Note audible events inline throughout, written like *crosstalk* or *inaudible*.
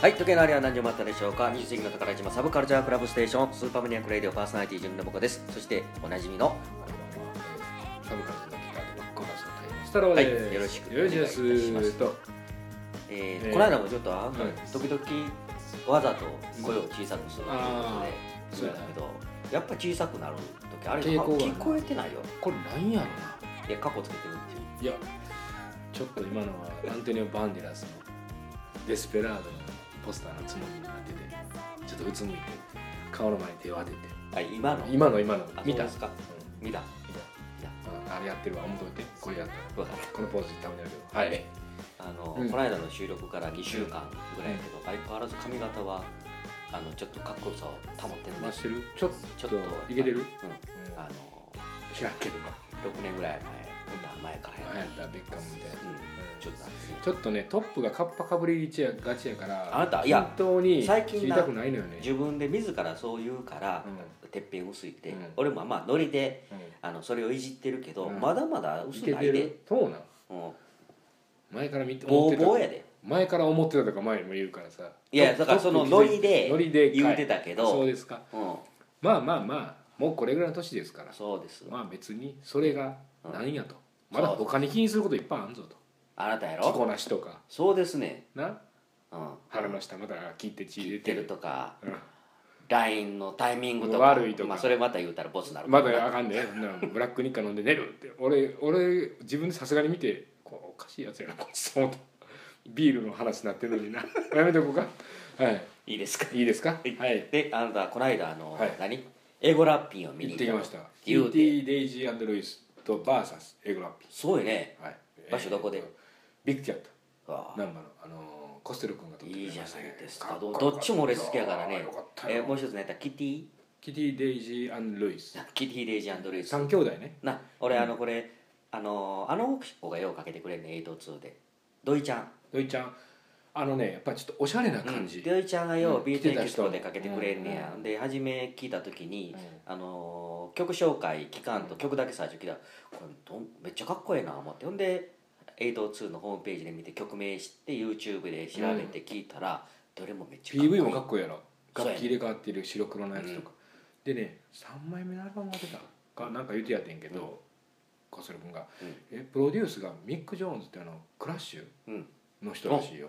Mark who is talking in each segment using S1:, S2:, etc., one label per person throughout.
S1: はい、時計のありは何時を待ったでしょうか。20世紀の宝島サブカルチャークラブステーション、スーパームニアックレイディオパーソナリティ、純のぼこです。そして、おなじみの、
S2: サブカルのギターでごまさんです。スタロー
S1: はい
S2: です。
S1: よろしく
S2: よろしくです。
S1: お願いいたします
S2: と
S1: えー
S2: えー
S1: この間もちょっとあんた、
S2: はい
S1: 時々わざと声を小さくするという
S2: あ
S1: ことで、
S2: ー
S1: そうやだけど、やっぱ小さくなる時あれ
S2: 傾向がある
S1: 聞こえてないよ。
S2: これなんやろ
S1: いや、過去つけてるっていう。
S2: な。いや、ちょっと今のはアントニオ・バンデラスのデスペラードのポスターのつもりになってて、ちょっとうつむいて、顔の前に手を当てて、
S1: あ、今の
S2: 今の今の
S1: あ、
S2: 見
S1: そう
S2: た
S1: ですか
S2: うん
S1: 見た。
S2: 見たああれやってるわ、思っといて、これやった。
S1: わかった
S2: このポーズダメだけど。はい。
S1: あの、
S2: うん
S1: この間の収録から2週間ぐらいやけど、相変わらず髪型は、あの、ちょっとかっこよさを保ってるね
S2: 回してるちょっ
S1: ちょ
S2: と
S1: っと、
S2: いけてる
S1: うんあ
S2: あ
S1: の、
S2: 知らんけどか。
S1: 6年ぐらい前、前からや
S2: 流行ったベッカムみたいな。
S1: うん、ちょっとあれですね
S2: ちょっとねトップがカッパかぶりがちやから
S1: あなたいや
S2: 本当に
S1: 最近な
S2: 知りたくないのよね
S1: 自分で自らそう言うから、
S2: う
S1: てっぺん薄いって、
S2: うん
S1: 俺もまあノリで
S2: うん
S1: あのそれをいじってるけど、
S2: うん
S1: まだまだ
S2: い
S1: 薄
S2: け
S1: ない
S2: て
S1: で
S2: るそうなん
S1: うん
S2: 前から見て
S1: ボ
S2: 思っ
S1: ー
S2: て
S1: ボーや
S2: た
S1: で
S2: 前から思ってたとか前にも言うからさ
S1: いや
S2: トップ
S1: だからその
S2: トップ
S1: ノリで
S2: ノリで
S1: 言うてたけど
S2: そうですか
S1: うん
S2: まあまあまあもうこれぐらいの年ですから
S1: そうです
S2: まあ別にそれが
S1: うん
S2: 何やとまだ他に気にすることいっぱいあんぞと
S1: あなたや
S2: 着
S1: ろ
S2: こなしとか
S1: そうですね
S2: な
S1: うん
S2: 腹の下まだ切って血入
S1: 言
S2: れ
S1: って
S2: て
S1: る
S2: る
S1: とか
S2: うん
S1: LINE のタイミングとか
S2: 悪いとか
S1: まあ、それまた言うたらボスになる
S2: まだあかんで、 *laughs* そんなんブラックニッカ飲んで寝るって俺俺自分でさすがに見てこうおかしいやつやなこいつと思ったビールの話になってるの *laughs* になやめとこうかはい
S1: いいですか
S2: いいですか
S1: はい
S2: はい
S1: であなたこの間あの、
S2: はい
S1: 何エゴラッピンを見
S2: 行
S1: に
S2: ってきました
S1: 言
S2: E.T.
S1: うて
S2: デイジールイスとバーサスエグラッピ
S1: すごいね
S2: ー、はい、
S1: 場所どこで
S2: えーとビッグキャット
S1: わあ
S2: 難波の、あのーコステル君が撮ってく
S1: いい
S2: れ
S1: じゃ
S2: ました
S1: ない
S2: ね
S1: ですか
S2: こ
S1: ど
S2: よ
S1: どっちも俺好きやからね
S2: よかった
S1: え
S2: よ
S1: もう一つねキティ
S2: キティ・デイジールイス
S1: キティ・レイジアンドレイ
S2: *laughs*
S1: ス
S2: 三兄弟ね
S1: な俺あのこれあのあの子がようかけてくれるね802で土井ちゃん
S2: ドイちゃんあのねやっぱりちょっとおしゃれな
S1: う
S2: 感
S1: ん
S2: じ、
S1: 土井ちゃんがよ
S2: う
S1: うん b
S2: 来て
S1: t
S2: た人
S1: エキスポでかけてくれんねや
S2: うん
S1: で初め聞いた時に
S2: う
S1: あの曲紹介期間と曲だけ最初聞いたらこれどんめっちゃかっこええな思ってほんで802のホームページで見て曲名知って YouTube で調べて聞いたらどれもめっちゃかっこいい
S2: PV もかっこいいやろ
S1: そうやね
S2: 楽器入れ替わってる白黒のやつとか、でね3枚目のアルバムが出たかなんか言うてやってんけど、
S1: うん
S2: 小鶴君が、
S1: うん
S2: えプロデュースがミック・ジョーンズってあのクラッシュ
S1: うん
S2: の人らしいよ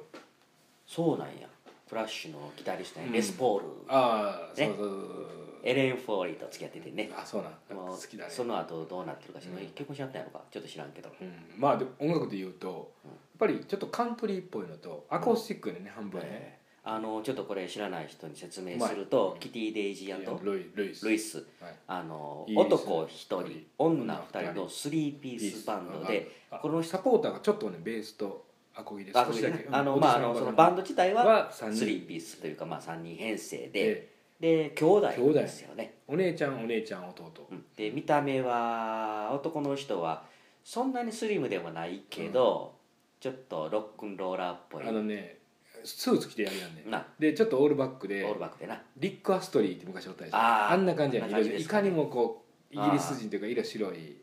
S1: そうなんやフラッシュのギタリストや
S2: うん
S1: レスポール
S2: ああそう
S1: ね
S2: そうそう
S1: エレン・フォーリーと付き合っててね
S2: そうあそうなん
S1: もう
S2: 好きだね
S1: その後どうなってるか知らない、
S2: うん
S1: 結婚しなったんやろかちょっと知らんけど、
S2: うん、まあでも音楽で言うと
S1: うん
S2: やっぱりちょっとカントリーっぽいのとアコースティックでね、半分ね、
S1: えーあのちょっとこれ知らない人に説明すると、キティ・デイジーと
S2: ルイルイス
S1: ルイス
S2: はい
S1: あの
S2: イギリス
S1: 男1人
S2: 一人
S1: 女2
S2: 女二
S1: 人
S2: 人
S1: の3ピースバンドで
S2: あ
S1: この人
S2: サポーターがちょっとねベースとアコギで
S1: あ
S2: 少しだけ
S1: あの
S2: うん
S1: まああの
S2: お
S1: そ
S2: じさん
S1: の
S2: は
S1: バンド自体は
S2: は3人
S1: 3ピースというか、まあ、3人編成で、
S2: で
S1: で兄弟ですよね
S2: お姉ちゃんお姉ちゃん弟
S1: うんで見た目は男の人はそんなにスリムでもないけど、ちょっとロックンローラーっぽい
S2: あのねスーツ着てやるやんね
S1: な
S2: でちょっとオールバック
S1: オ
S2: で
S1: ールバックでな
S2: リック・アストリーって昔おったでしょ
S1: あー
S2: あんな感じや
S1: あ
S2: ね
S1: んな感じで
S2: 色々い
S1: すか
S2: か
S1: ね
S2: にもこうイギリス人というか色白い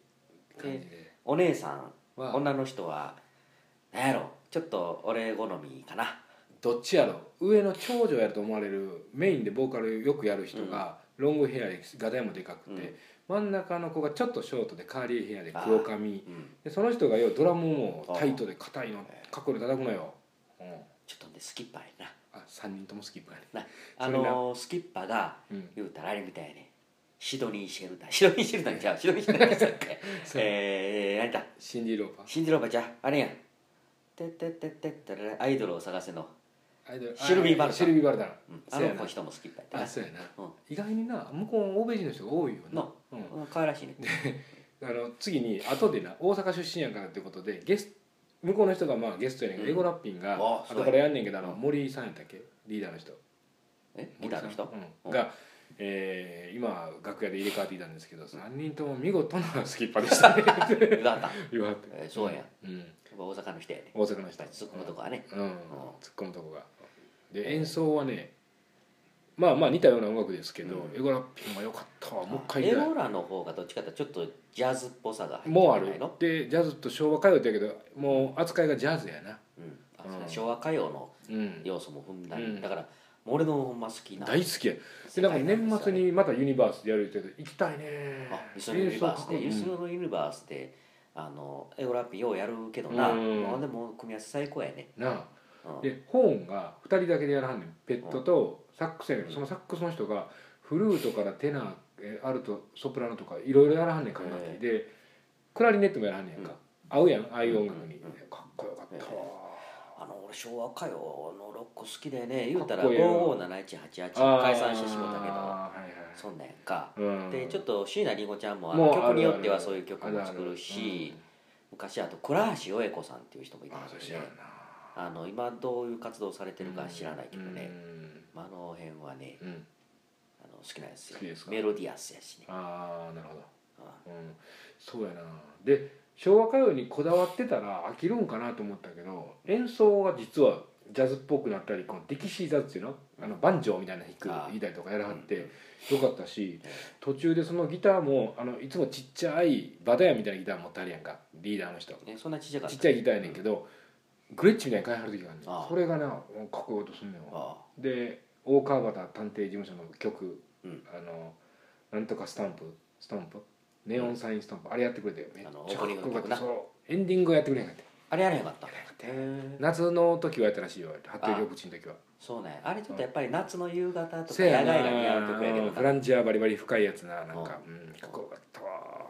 S2: 感じで
S1: お姉さん
S2: は
S1: 女の人はなんやろちょっと俺好みかな
S2: どっちやろ上の長女やと思われるメインでボーカルよくやる人がロングヘアで画題もでかくて真ん中の子がちょっとショートでカーリーヘアで黒髪
S1: うん
S2: でその人がよドラムもタイトで硬いのかっこよく叩くのよ、うん、
S1: ちょっとねスキッパーや
S2: あ3人ともスキップやね
S1: ななあ
S2: それな
S1: のスキッパーが
S2: うん
S1: 言うたらあれみたいやねシドニー・シェルターシドニー・シェルターちゃうシドニー・シェルターちゃうっけ
S2: そう
S1: えー、何だ
S2: シンディ・ローパー
S1: シンディローバーちゃうあれやんてってってってってらアイドルを探せの、
S2: アイドル
S1: シルビーバルダン
S2: シルビーバルダン
S1: うんあ
S2: そうや
S1: の
S2: な
S1: 子人もスキッパーやった
S2: あ
S1: な
S2: そうやな、
S1: うん
S2: 意外にな向こう欧米人の人が多いよな、
S1: の
S2: うん、
S1: うん可愛らしいね
S2: あの次に後でな大阪出身やからってことでゲス向こうの人がまあゲストやねんけど、
S1: うん
S2: エゴラッピンが
S1: あそうや
S2: 後からやんねんけどあの森さんやったっけリーダーの人
S1: えギターの人
S2: 森さん
S1: う
S2: うんん、が、えー今楽屋で入れ替わっていたんですけど3人とも見事なスキッパでした
S1: *laughs*
S2: ね
S1: だった
S2: 言わはって、
S1: えーそうやんやっ
S2: うん、
S1: ぱ大阪の人やね
S2: 大阪
S1: や
S2: の
S1: っぱ
S2: 人
S1: りツッコむとこはね
S2: うん、突っ込むとこがで
S1: うん
S2: 演奏はねまあまあ似たような音楽ですけど、
S1: うん
S2: エゴラッピンは良かったわもう一回
S1: エ
S2: 言いた
S1: ゴラの方がどっちかっていうとちょっとジャズっぽさが入って
S2: いもうあ
S1: るんじゃない
S2: る
S1: の
S2: でジャズと昭和歌謡だけどもう扱いがジャズやな
S1: うんあ
S2: うん
S1: 昭和歌謡の
S2: うん、
S1: 要素も踏んだり、
S2: うん
S1: だからもう俺のほんま好きな
S2: 大好きやで
S1: 世
S2: なんか
S1: 界なんですよね
S2: 年末にまたユニバースでやるって言って行きたいね
S1: あミソのユニバースで
S2: え
S1: ユ
S2: ー
S1: ス
S2: そうか
S1: のユニバースであのエゴラッピーようやるけどな、
S2: うん
S1: まあでも組み合わせ最高やね、
S2: うんなあ
S1: うん
S2: でホーンが2人だけでやらはんねんペットとサックスやねんけどそのサックスの人がフルートからテナーえアルトソプラノとかいろいろやらはんねんかな
S1: へえ
S2: でクラリネットもやらはんねんか、
S1: うん
S2: 合うやんああいう音楽に、
S1: うんうん
S2: かっこよかったわ、
S1: あの俺昭和歌謡のロック好きでね言うたら
S2: かっこええわ
S1: 557188解散してしもたけど
S2: あーはいはい
S1: そんなんやんか、
S2: うん
S1: でちょっと椎名林檎ちゃんもあ
S2: も
S1: の
S2: うある
S1: 曲
S2: ある
S1: によってはそういう曲も作るし
S2: ある
S1: 昔あと倉橋よえ子さんっていう人もいた
S2: あるうん
S1: ん
S2: あそ
S1: です
S2: れ知
S1: よ
S2: らん
S1: ね
S2: な
S1: あの今どういう活動されてるか知らないけどね、
S2: うん
S1: まあ、あの辺はね
S2: うん
S1: あの好きなんですよ
S2: 好きですか
S1: メロディアスやしね、
S2: ああなるほど
S1: うん
S2: うん、そうやなで昭和歌謡にこだわってたら飽きるんかなと思ったけど演奏が実はジャズっぽくなったりこのディキシー・ジャズっていうのあのバンジョーみたいなの弾く
S1: あー
S2: 弾いたりとかやらはっ
S1: うん
S2: てよかったし途中でそのギターもあのいつもちっちゃいバタヤみたいなギター持ってはるやんかリーダーの人
S1: ね、そんなちっちゃかった
S2: ちっちゃいギターやねんけどグレッチみたいに買いはる時があるねん
S1: あー
S2: それがなかっこよとすんねんわ
S1: あ
S2: で大川端探偵事務所の曲、
S1: うん
S2: あのなんとかスタンプスタンプネオンサインスタンプ、あれやってくれてめっ
S1: あの
S2: ちゃかっこよか
S1: オープニングの
S2: っ
S1: 曲
S2: た
S1: な
S2: そうエンディングはやってくれへんかった
S1: あれやれへんかった
S2: 夏の時はやったらしいよ発表緑地の時は
S1: そうねあれちょっとやっぱり夏の夕方とか
S2: せや
S1: 野外
S2: な
S1: が似合う曲やけ
S2: うん
S1: ど
S2: フ
S1: な
S2: ランジアバリバリ深いやつななんかうんかっこよかったわ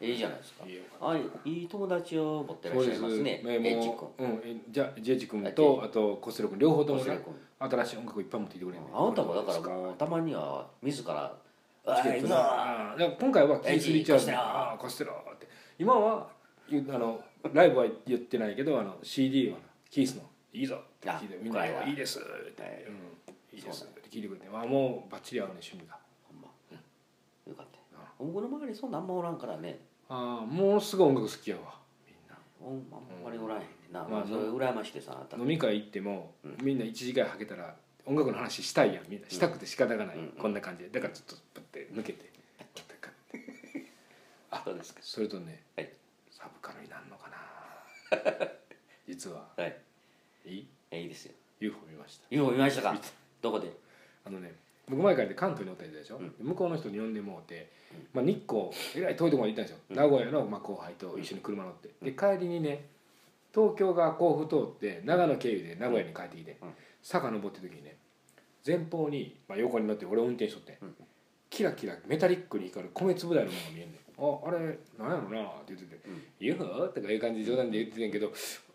S1: いいじゃないですか
S2: いいよ
S1: あいい友達を持ってらっしゃいますね
S2: え
S1: エ
S2: もう
S1: ッジ君
S2: うんえじゃジェジ君
S1: あジェ
S2: とあとコスロ君両方とも
S1: 小
S2: な
S1: 菅君
S2: 新しい音楽いっぱい持ってきてくれんねん
S1: あなたもだからもうたまには自ら「あ
S2: チケ
S1: い
S2: ッ
S1: 行く
S2: ト
S1: ぞ!」
S2: なあーだから今回はキース・リチャーズ
S1: エッジ
S2: ああーコステロって今はいうあのライブは言ってないけどあの CD はキースの「いいぞ」って聞いて
S1: あ
S2: みんな
S1: これ
S2: が「
S1: はい
S2: いです」って
S1: はい
S2: 「うんいいです」って聞いてくれてあもうバッチリ合うね趣味が
S1: ほんまよかったよ僕の周りそんなあんまおらんからね
S2: ああもうすぐ音楽好きやわみんな
S1: ほんまあんまりおらへんねんな
S2: まあ
S1: まあそれ羨ましくてさあなた
S2: 飲み会行ってもみんな1時間はけたら音楽の話したいやんみんなしたくて仕方がない
S1: うん
S2: こんな感じでだからちょっとパッて抜けてパッて
S1: あそうですか
S2: それとね、
S1: はい
S2: サブカルになるのかな
S1: *laughs*
S2: 実は
S1: はい
S2: いい
S1: えいいですよ
S2: UFO 見まし
S1: よう見ましたか
S2: 見た
S1: どこで
S2: たあのね僕前からで関東におったりでしょ、
S1: うん
S2: 向こうの人に呼んでもうて、まあ、日光えらい遠いところまで行ったんですよ、
S1: うん
S2: 名古屋のまあ後輩と一緒に車乗って、
S1: うん
S2: で帰りにね東京が甲府通って長野経由で名古屋に帰ってきて、
S1: うん
S2: 坂登ってる時にね前方に、まあ、横に乗って俺運転しとって、
S1: うん
S2: キラキラメタリックに光る米粒大のものが見えんねんああれなんやろなって言ってて
S1: うん
S2: 「UFO?、とかいう感じで冗談で言っててんけど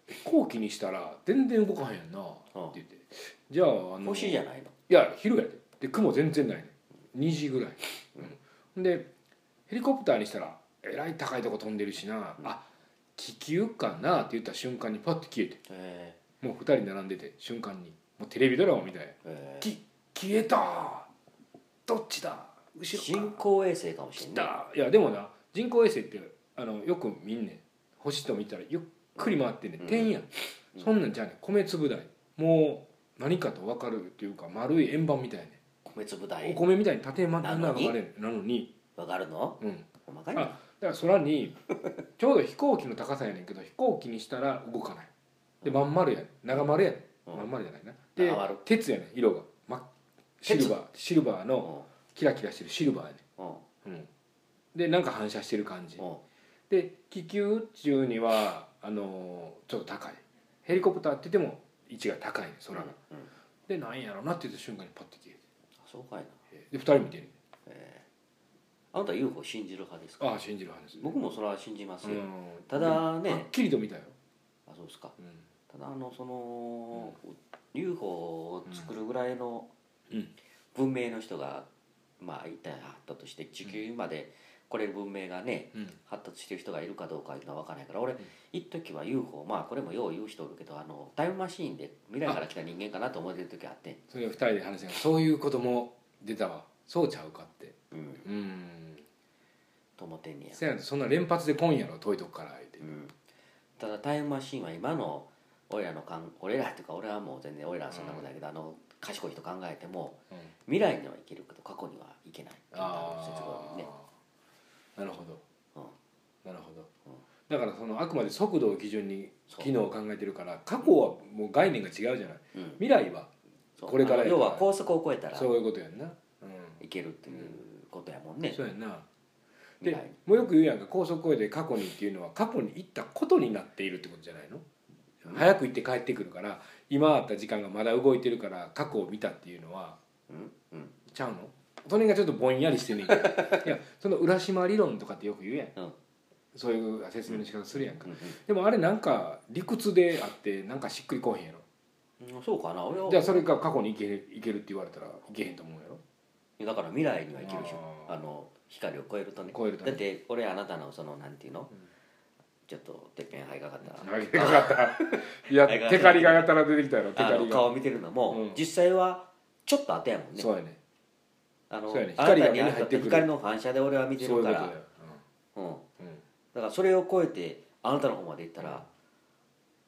S2: 飛行機にしたら全然動かへんなって言って、じゃああの
S1: 星じゃないの
S2: いや昼やでで雲全然ないね2時ぐらい、うん、でヘリコプターにしたらえらい高いとこ飛んでるしな、
S1: うん
S2: あ気球かなって言った瞬間にパッと消えて
S1: え
S2: もう2人並んでて瞬間にもうテレビドラマみたいな
S1: ーえ
S2: き消えたどっちだ
S1: ー
S2: 後ろ
S1: 人
S2: か
S1: 工衛星かもし
S2: 来
S1: れない
S2: たいやでもな人工衛星ってあのよく見んねん星と見たらゆっくり回ってんねん、
S1: うん
S2: 点やん、
S1: うん
S2: そんなんじゃあねん米粒大もう何かと分かるっていうか丸い円盤みたいな
S1: 米粒
S2: お
S1: 大
S2: 米みたいに縦真ん
S1: なの
S2: 中
S1: に
S2: がれるなのに、
S1: わかるの
S2: うん、
S1: 細かいな
S2: あだから空に *laughs* ちょうど飛行機の高さやねんけど飛行機にしたら動かないでまん丸やねん長丸やねん、
S1: うん
S2: まん丸じゃないな
S1: 長丸
S2: で鉄やねん色が、ま、シルバーシルバーの
S1: う
S2: キラキラしてるシルバーやね
S1: んうん
S2: ん、うん、でなんか反射してる感じ
S1: うん
S2: で気球宇宙にはあのーちょっと高いヘリコプターって言っても位置が高いねん空が、
S1: うんうん
S2: でなんやろなって言った瞬間にパッて消え
S1: あそうかいな
S2: てで二人見てるね
S1: えーあなた UFO 信じる派ですか
S2: ああ信じる話です
S1: 僕もそれは信じますよ、
S2: うん
S1: ただ
S2: は
S1: ね
S2: っきりと見たよ、
S1: あそうですか
S2: う
S1: ただあのその、UFO を作るぐらいの
S2: うん
S1: 文明の人が、まあ一体あったとして地球までこれ文明がね
S2: ん
S1: 発達してる人がいるかどうかいうのは分からないから俺、
S2: ん
S1: 一時は UFO まあこれもよう言う人おるけどあのタイムマシーンで未来から来た人間かなと思ってる時あって
S2: それを二人で話してそういうことも出たわそうちゃうかって
S1: うん
S2: うん
S1: と思ってんねや
S2: せやんそんな連発で今夜の遠いとこから言うて
S1: うん、ただタイムマシーンは今の俺らのかん俺らっていうか俺はもう全然俺らはそんなことないけど、あの賢い人考えても
S2: うん
S1: 未来には生きるけど過去には生けないっていう
S2: あ
S1: 説が
S2: あ、
S1: ね
S2: なるほど
S1: うん
S2: なるほど、
S1: うん
S2: だからそのあくまで速度を基準に
S1: そう
S2: 機能を考えてるから過去はもう概念が違うじゃない
S1: うん
S2: 未来は
S1: そう
S2: これからや
S1: あの
S2: から
S1: 要は高速を超えたら
S2: そういうことやんな、
S1: いけるっていうことやもんね
S2: そうやんな
S1: 未
S2: で
S1: 来
S2: もうよく言うやんか高速越えて過去にっていうのは過去に行ったことになっているってことじゃないの、
S1: うん
S2: 早く行って帰ってくるから今あった時間がまだ動いてるから過去を見たっていうのは
S1: うんうん
S2: ちゃうのそれがちょっとぼんやりしてんねん
S1: *laughs*
S2: けどいやその浦島理論とかってよく言うやん、
S1: うん
S2: そういう説明の仕方するやんか、
S1: うん
S2: でもあれなんか理屈であってなんかしっくりこうへんやろ
S1: うんうんそうかな俺は
S2: じゃあそれが過去に行け行けるって言われたら行けへんと思うやろ
S1: だから未来には行けるでしょ
S2: あー
S1: あの光を超えるとね
S2: 超えるとね
S1: だって俺あなたのそのなんていうの、
S2: ん
S1: ちょっとてっぺん肺がかった
S2: 投げてかか *laughs* ったいや
S1: はい
S2: テカリがやたら出てきたやろテ
S1: あ
S2: カ
S1: の
S2: リが
S1: 顔見てるのも、
S2: うん
S1: 実際はちょっと後やもんね
S2: そうやね
S1: あの
S2: そうやね
S1: あなた
S2: 光が
S1: に
S2: 目に入ってくる
S1: 光の反射で俺は見て
S2: そうい
S1: る
S2: う
S1: か
S2: こと
S1: ら
S2: だよ、
S1: うん、
S2: うんうん、
S1: だからそれを超えてあなたの方まで行ったら、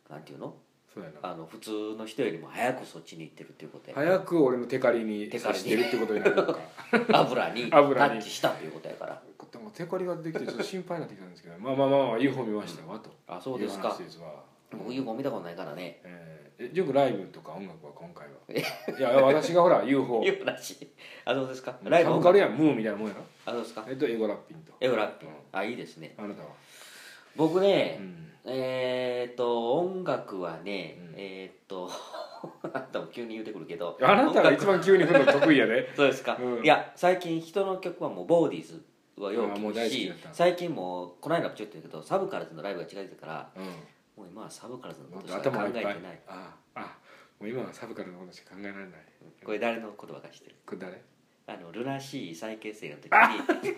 S1: なんていうの
S2: そうやな
S1: あの普通の人よりも早くそっちに行ってるっていうことや
S2: 早く俺のテカリに
S1: テカ
S2: 刺
S1: リに
S2: してるってことになるのか
S1: 油にタ
S2: 油に
S1: ッチしたということやから
S2: でもテカリができてちょっと心配になってきたんですけどまあまあまあまあ UFO 見ましたわと
S1: あそうですか
S2: いう話ですわ
S1: 僕 UFO 見たことないからね
S2: えーえジュン君ライブとか音楽は今回はいや私がほら UFO
S1: いう話あそうですかライブ
S2: サブカルやんムーみたいなもんやろ
S1: あそうですか
S2: えっとエゴラッピンと
S1: エゴラッピン
S2: うん
S1: あいいですね
S2: あなたは
S1: 僕
S2: う
S1: ね、
S2: ん
S1: えーっと音楽はね、
S2: うん
S1: えーっと *laughs* あなたも急に言うてくるけど
S2: あなたが一
S1: 音楽
S2: 番急に振るの得意やで
S1: そうですか、
S2: うん
S1: いや最近人の曲はもうボーディーズはよ
S2: あ
S1: く聞
S2: もう
S1: く
S2: 大好き
S1: し
S2: だった
S1: 最近もうこの間もちょっと言うけどサブカルズのライブが違ってたから
S2: う
S1: もう今はサブカルズの
S2: んも
S1: こ
S2: っ
S1: と
S2: と
S1: しか
S2: 頭
S1: 考
S2: がい
S1: え
S2: ってぱ
S1: ない
S2: いああもう今はサブカルのことしか考えられない
S1: これ誰の言葉か知ってる
S2: これ誰
S1: あのルナシー再結成の時に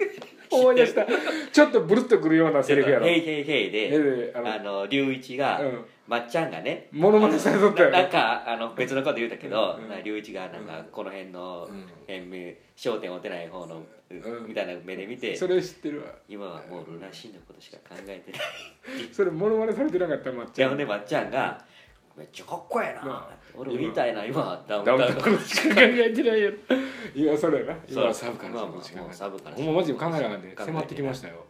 S2: 思い出した *laughs* ちょっとブルッとくるよう
S1: 「
S2: な
S1: ち
S2: セ
S1: ょ
S2: リ
S1: っ
S2: フや
S1: と
S2: ろ
S1: ヘイヘイヘイ」
S2: え
S1: で
S2: であの
S1: あの龍一が、
S2: うん
S1: まっちゃんがね
S2: モノマネされとった
S1: な
S2: よ
S1: なん
S2: ね
S1: かあの別のこと言うたけど
S2: うん
S1: なんか龍一がなんかこの辺の
S2: うん
S1: 辺目焦点を当てない方の
S2: うん
S1: みたいな目で見て
S2: それ知ってるわ
S1: 今はもうルナシーのことしか考えてない
S2: それモノマネされてなかったまっち
S1: じゃ
S2: ゃ
S1: あほん
S2: ん
S1: でまっちゃんが「めっちゃかっこええ
S2: な
S1: な
S2: あ」
S1: 俺も言いたいな今はダウン
S2: ダ
S1: タ
S2: ウ
S1: ウ
S2: ン
S1: ン
S2: タウンのことしか考えてないやろ今それやな今
S1: そう
S2: はサブカルのことしか
S1: まあまあもうサブカル
S2: ほんまマジで考えなかったね
S1: 考えてない
S2: 迫ってきましたよ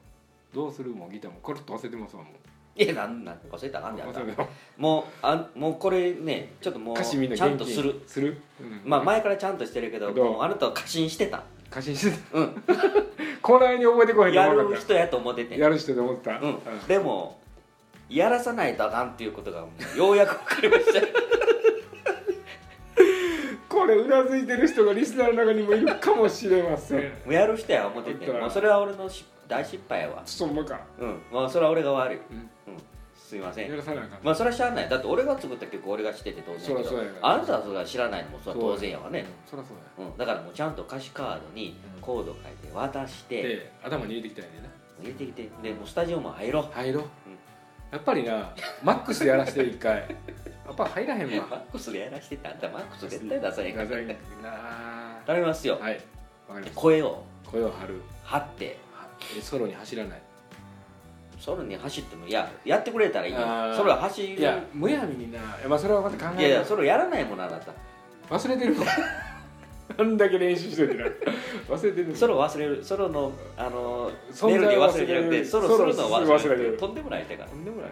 S2: どうするもうギターもコロッと忘れてますわもう
S1: いやなんなん忘れたらあかんねやん
S2: 忘
S1: か
S2: れてま
S1: もうあもうこれねちょっともう
S2: 歌詞みんな
S1: ちゃんとする
S2: する、うん、
S1: まあ前からちゃんとしてるけど
S2: どう
S1: もうあなたは過信してた
S2: 過信してた
S1: うん
S2: *laughs* この間に覚えてこへんと
S1: や
S2: 思わな
S1: る
S2: かっ
S1: 人やと思って
S2: た
S1: て
S2: やる人で思った、
S1: うん、でもやらさないとあかんっていうことがもうようやく分かりました
S2: これうなずいてる人がリスナーの中にもいるかもしれません
S1: もうやる人や思ってて
S2: 本当だ
S1: もうそれは俺のし大失敗やわ
S2: そんまか、
S1: うんまあそれは俺が悪い、うん
S2: うん、
S1: すいませ
S2: や
S1: ん
S2: らさなあかん
S1: まあそれは知らないだって俺が作った曲俺が知ってて当然やけ
S2: そ
S1: ど
S2: らそうや
S1: あなたはそれは知らないのもそれは当然やわね
S2: そりゃそうや
S1: うん、だからもうちゃんと歌詞カードにコード書いて渡して
S2: で頭に入れてきたんやねんな
S1: 入れてきてでもうスタジオも入ろう
S2: 入ろう、やっぱりなマックスでやらして一回 *laughs* やっぱ入らへん
S1: マッ
S2: わ
S1: クスでやらしてたあんたマックス絶対出さへんから
S2: ダサいな
S1: *laughs* 頼みますよ、
S2: はいわかりまし
S1: 声を
S2: た声を張る
S1: 張って
S2: えソロに走らない
S1: ソロに走ってもいややってくれたらいい
S2: あ
S1: よ
S2: ー
S1: ソロ走る
S2: いやむやみにないやまあそれはまた考えない
S1: いやいやそれやらないものあなた
S2: 忘れて
S1: *laughs*
S2: るわあんだけ練習しててな忘れてるの
S1: ソロ忘れるソロのあの
S2: 存
S1: メ
S2: 在
S1: ロディー忘れるんじゃなくてソ
S2: ソロ
S1: ロするのを忘れ
S2: 忘れ
S1: る
S2: る
S1: とんでもないだから
S2: とんでもない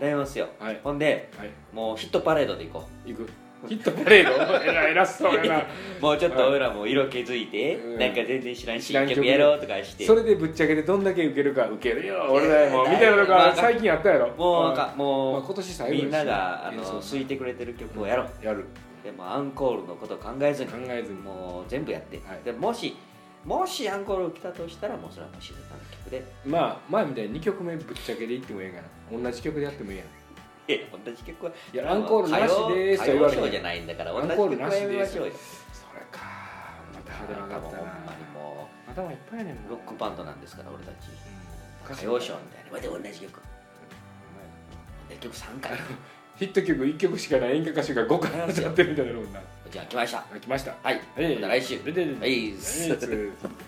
S1: 悩みますよ
S2: なはい
S1: ほんで
S2: はい
S1: もうヒットパレードで行こ
S2: 行くヒットパレードえら偉そうやな
S1: うもうちょっ
S2: は
S1: と
S2: い
S1: 俺らも色気づいて、
S2: うん
S1: なんか全然知らんし
S2: 知らん
S1: 一
S2: 曲
S1: 曲やろうとかして
S2: *laughs* それでぶっちゃけてどんだけ受けるか受けるよ俺だよもうみたいなの
S1: まあ
S2: が最近あったやろ
S1: もうなんか
S2: ま
S1: も
S2: あ
S1: う、
S2: 今年最後
S1: みんながあの
S2: す
S1: 好いてくれてる曲をやろう、
S2: やる
S1: でもアンコールのこと考えずに
S2: 考えずに
S1: もう全部やって、
S2: はい
S1: でもしもしアンコール来たとしたらもうそれはもう静かな曲で
S2: まあ前みたいに2曲目ぶっちゃけでいってもええかな同じ曲でやってもえ
S1: え同じ曲は
S2: えやんいやアンコールなしでー
S1: 歌
S2: すと言
S1: 謡
S2: われ
S1: ショー
S2: て
S1: じゃないんだから同
S2: ア
S1: じ
S2: ンコール
S1: 曲
S2: な
S1: は
S2: し
S1: やめま
S2: です
S1: しょうよ
S2: それかまた
S1: あ
S2: 肌
S1: な
S2: 上
S1: た
S2: が
S1: もほ
S2: った
S1: ん
S2: な
S1: まにも
S2: 頭いっぱいやねんも
S1: う
S2: う
S1: ロックバンドなんですから俺たち
S2: うん
S1: 歌謡ショーみたいなまた同じ曲同じ曲3回 *laughs*
S2: ヒット曲1曲しかない演歌歌手が5回歌ってるみたいなもんな
S1: じゃあ来ました
S2: 来ました
S1: はい、
S2: ええ
S1: また来週
S2: ででで
S1: はい
S2: ええ